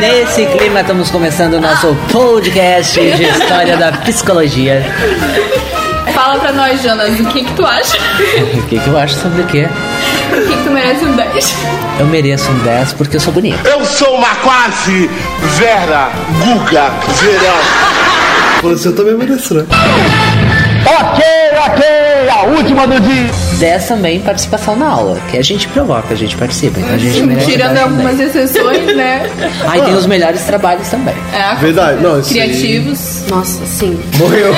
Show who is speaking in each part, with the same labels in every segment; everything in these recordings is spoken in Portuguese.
Speaker 1: nesse clima estamos começando o nosso podcast de história da psicologia.
Speaker 2: Fala pra nós, Jonas, o que que tu acha?
Speaker 1: O que, que eu acho sobre o quê?
Speaker 2: O que que tu merece um 10?
Speaker 1: Eu mereço um 10 porque eu sou bonito.
Speaker 3: Eu sou uma quase Vera Guga Verão.
Speaker 4: Você também mereceu. né?
Speaker 3: Ok, ok, a última do dia.
Speaker 1: 10 também participação na aula, que a gente provoca, a gente participa. Então a gente merece
Speaker 2: Tirando
Speaker 1: 10
Speaker 2: algumas
Speaker 1: também.
Speaker 2: exceções, né?
Speaker 1: Aí tem os melhores trabalhos também.
Speaker 2: É,
Speaker 4: Verdade, não, isso aí-
Speaker 2: criativos.
Speaker 5: Nossa, sim.
Speaker 4: Morreu.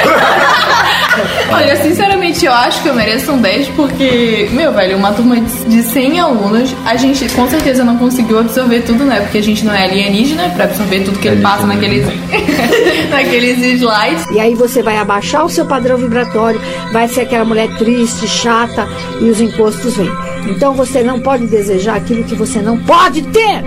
Speaker 2: Olha, sinceramente, eu acho que eu mereço um 10 porque, meu velho, uma turma de de 100 alunos, a gente com certeza não conseguiu absorver tudo, né? Porque a gente não é alienígena pra absorver tudo que ele passa naqueles, naqueles slides.
Speaker 6: E aí você vai abaixar o seu padrão vibratório, vai ser aquela mulher triste, chata e os impostos vêm. Então você não pode desejar aquilo que você não pode ter.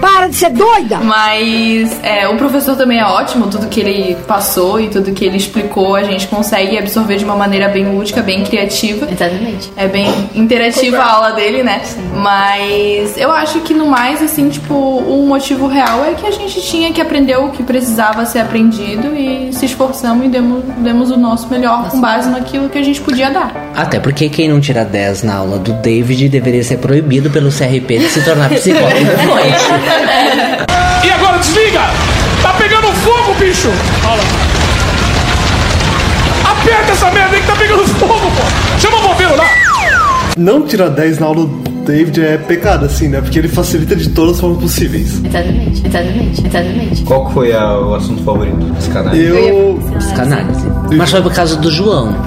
Speaker 6: Para de ser doida!
Speaker 2: Mas é, o professor também é ótimo, tudo que ele passou e tudo que ele explicou, a gente consegue absorver de uma maneira bem lúdica, bem criativa.
Speaker 5: Exatamente.
Speaker 2: É bem interativa a aula dele, né? Mas eu acho que no mais, assim, tipo, o motivo real é que a gente tinha que aprender o que precisava ser aprendido e se esforçamos e demos, demos o nosso melhor com base naquilo que a gente podia dar.
Speaker 1: Até porque quem não tira 10 na aula do David deveria ser proibido pelo CRP de se tornar psicólogo influente.
Speaker 7: E agora desliga! Tá pegando fogo, bicho! Olha lá. Aperta essa merda aí que tá pegando fogo, pô! Chama o bombeiro lá!
Speaker 4: Não tirar 10 na aula do David é pecado, assim, né? Porque ele facilita de todas as formas possíveis.
Speaker 5: Exatamente. Exatamente. Exatamente.
Speaker 8: Qual que foi a- o assunto favorito desse canal?
Speaker 4: Eu.
Speaker 1: Psicanálise. Mas foi por causa do João.
Speaker 2: Do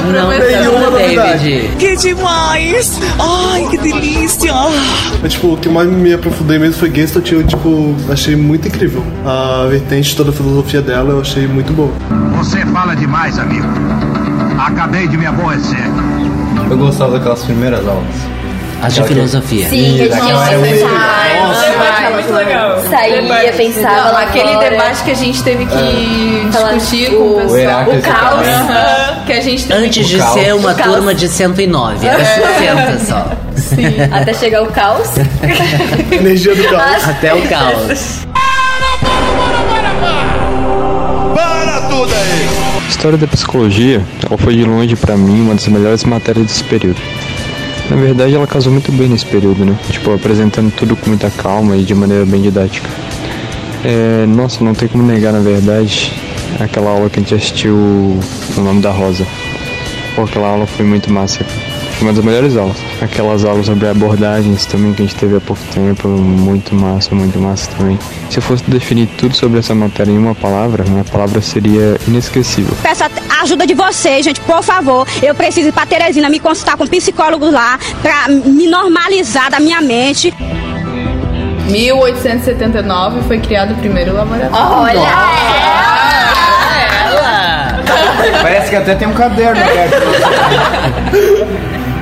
Speaker 1: Não,
Speaker 2: professor.
Speaker 1: não,
Speaker 4: novidade.
Speaker 1: David.
Speaker 9: Que demais! Ai, que delícia!
Speaker 4: Mas, tipo, o que mais me aprofundei mesmo foi Gestalt e eu, tipo, achei muito incrível. A vertente, toda a filosofia dela, eu achei muito boa.
Speaker 3: Você fala demais, amigo. Acabei de me aborrecer.
Speaker 8: Eu gostava daquelas primeiras aulas.
Speaker 1: As de filosofia.
Speaker 5: Sim, que a gente
Speaker 8: Nossa,
Speaker 5: ia
Speaker 2: Ai,
Speaker 5: pensar.
Speaker 2: debate é muito legal.
Speaker 5: Saía,
Speaker 2: Debate.
Speaker 5: pensava
Speaker 2: Não,
Speaker 5: lá
Speaker 2: aquele
Speaker 5: fora.
Speaker 2: debate que a gente teve que
Speaker 5: Falar
Speaker 2: discutir com É.
Speaker 5: de-
Speaker 2: o
Speaker 5: o
Speaker 2: pessoal.
Speaker 8: Heracles
Speaker 2: O caos
Speaker 8: também.
Speaker 2: aham, que a gente teve
Speaker 1: Antes de
Speaker 8: O caos. É.
Speaker 1: ser uma
Speaker 5: O caos.
Speaker 1: turma de 109, era 60 só.
Speaker 5: Até chegar o caos.
Speaker 4: Energia do caos.
Speaker 1: Até o caos.
Speaker 3: Para tudo aí.
Speaker 10: História da psicologia, ela foi de longe pra mim uma das melhores matérias desse período. Na verdade, ela casou muito bem nesse período, né? Tipo, apresentando tudo com muita calma e de maneira bem didática. É, nossa, não tem como negar, na verdade, aquela aula que a gente assistiu no nome da Rosa. Pô, aquela aula foi muito massa. cara. Foi uma das melhores aulas. Aquelas aulas sobre abordagens também que a gente teve há pouco tempo, muito massa, muito massa também. Se eu fosse definir tudo sobre essa matéria em uma palavra, minha palavra seria inesquecível.
Speaker 6: Peço a ajuda de vocês, gente, por favor. Eu preciso ir pra Teresina me consultar com um psicólogo lá pra me normalizar da minha mente.
Speaker 2: 1879 foi criado o primeiro laboratório.
Speaker 8: Parece que até tem um caderno perto.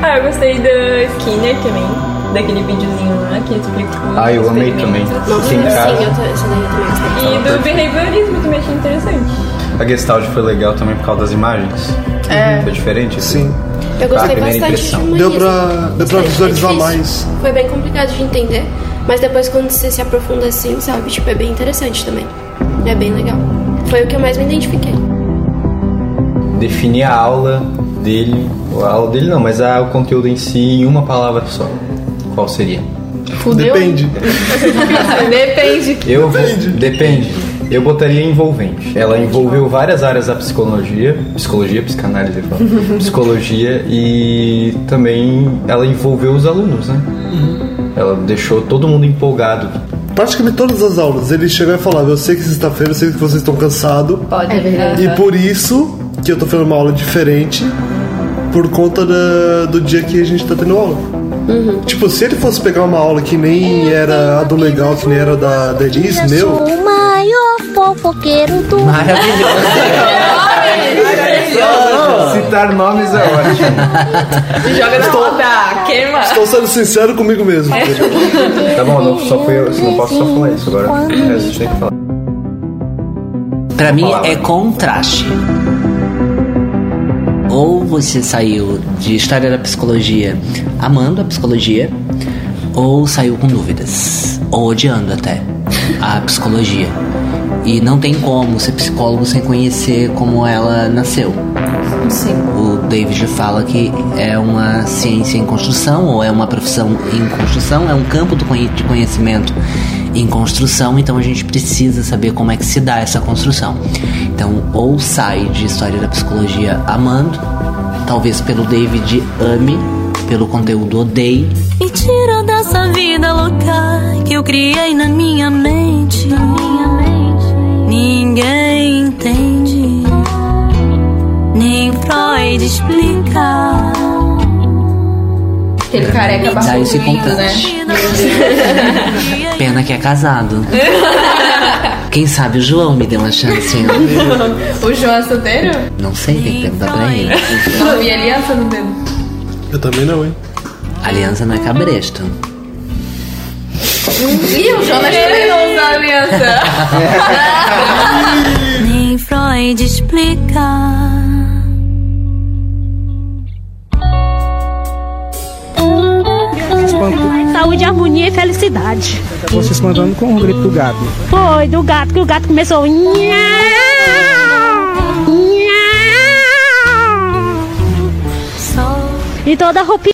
Speaker 5: Ah, eu gostei da Skinner também. Daquele videozinho lá que explicou.
Speaker 8: Ah, eu amei também. Tem
Speaker 5: Sim, eu
Speaker 8: cara.
Speaker 5: tô, essa daí eu também gostei. E do behaviorismo também achei interessante.
Speaker 8: A Gestalt foi legal também por causa das imagens. É. Foi diferente?
Speaker 4: Sim.
Speaker 5: Eu
Speaker 8: Tá, a
Speaker 5: gostei
Speaker 8: primeira
Speaker 5: bastante
Speaker 8: impressão.
Speaker 5: de
Speaker 4: Deu
Speaker 5: humanismo.
Speaker 4: pra, deu pra visualizar
Speaker 5: Gostei, é
Speaker 4: mais.
Speaker 5: difícil. Foi bem complicado de entender, mas depois quando você se aprofunda assim, sabe? Tipo, é bem interessante também. É bem legal. Foi o que eu mais me identifiquei.
Speaker 8: Definir a aula dele. A aula dele não, mas a- o conteúdo em si em uma palavra só. Qual seria?
Speaker 2: Fudeu.
Speaker 4: Depende.
Speaker 2: Depende.
Speaker 8: Eu depende. depende. Eu botaria envolvente. Ela envolveu várias áreas da psicologia, psicologia, psicanálise, eu falo. psicologia e também ela envolveu os alunos, né? Ela deixou todo mundo empolgado.
Speaker 4: Praticamente todas as aulas, ele chegou e falava: Eu sei que é sexta-feira, eu sei que vocês estão cansados.
Speaker 2: Pode. É verdade.
Speaker 4: E por isso que eu tô fazendo uma aula diferente por conta da- do dia que a gente tá tendo aula. Tipo, se ele fosse pegar uma aula que nem era a do legal, que nem era da, da Elis, meu,
Speaker 6: O maior fofoqueiro do
Speaker 1: Maravilhoso.
Speaker 8: Citar nomes é ótimo.
Speaker 2: Joga na roda. Queima.
Speaker 4: estou sendo sincero comigo mesmo.
Speaker 8: Tá bom, não, só fui eu, não posso só falar isso agora. Mas eu tenho que falar.
Speaker 1: Pra mim
Speaker 8: palavra.
Speaker 1: é contraste. Ou você saiu de história da psicologia amando a psicologia, ou saiu com dúvidas, ou odiando até a psicologia. E não tem como ser psicólogo sem conhecer como ela nasceu.
Speaker 11: Sim.
Speaker 1: O David fala que é uma ciência em construção, ou é uma profissão em construção, é um campo do conhe- de conhecimento em construção, então a gente precisa saber como é que se dá essa construção. Então, ou sai de história da psicologia amando, talvez pelo David ame, pelo conteúdo odeie,
Speaker 12: Me tira dessa vida louca que eu criei na minha mente. Ninguém entende, nem Freud explica.
Speaker 2: Aquele careca
Speaker 5: um
Speaker 1: Dá esse
Speaker 2: barbudo, né?
Speaker 1: contraste. pena que é casado. Quem sabe o João me deu uma chance.
Speaker 2: o João é solteiro?
Speaker 1: Não sei, tem que perguntar pra ele.
Speaker 2: Não, e aliança no dedo.
Speaker 1: Eu também não, hein? Aliança não é cabresto.
Speaker 2: Ih, o tá Jonas também não usa aliança.
Speaker 12: Nem Freud explica.
Speaker 6: Saúde, é harmonia e felicidade.
Speaker 13: Vocês mandando com o grito do gato.
Speaker 6: Foi do gato que o gato começou. "Nhá, nhá". E toda roupinha.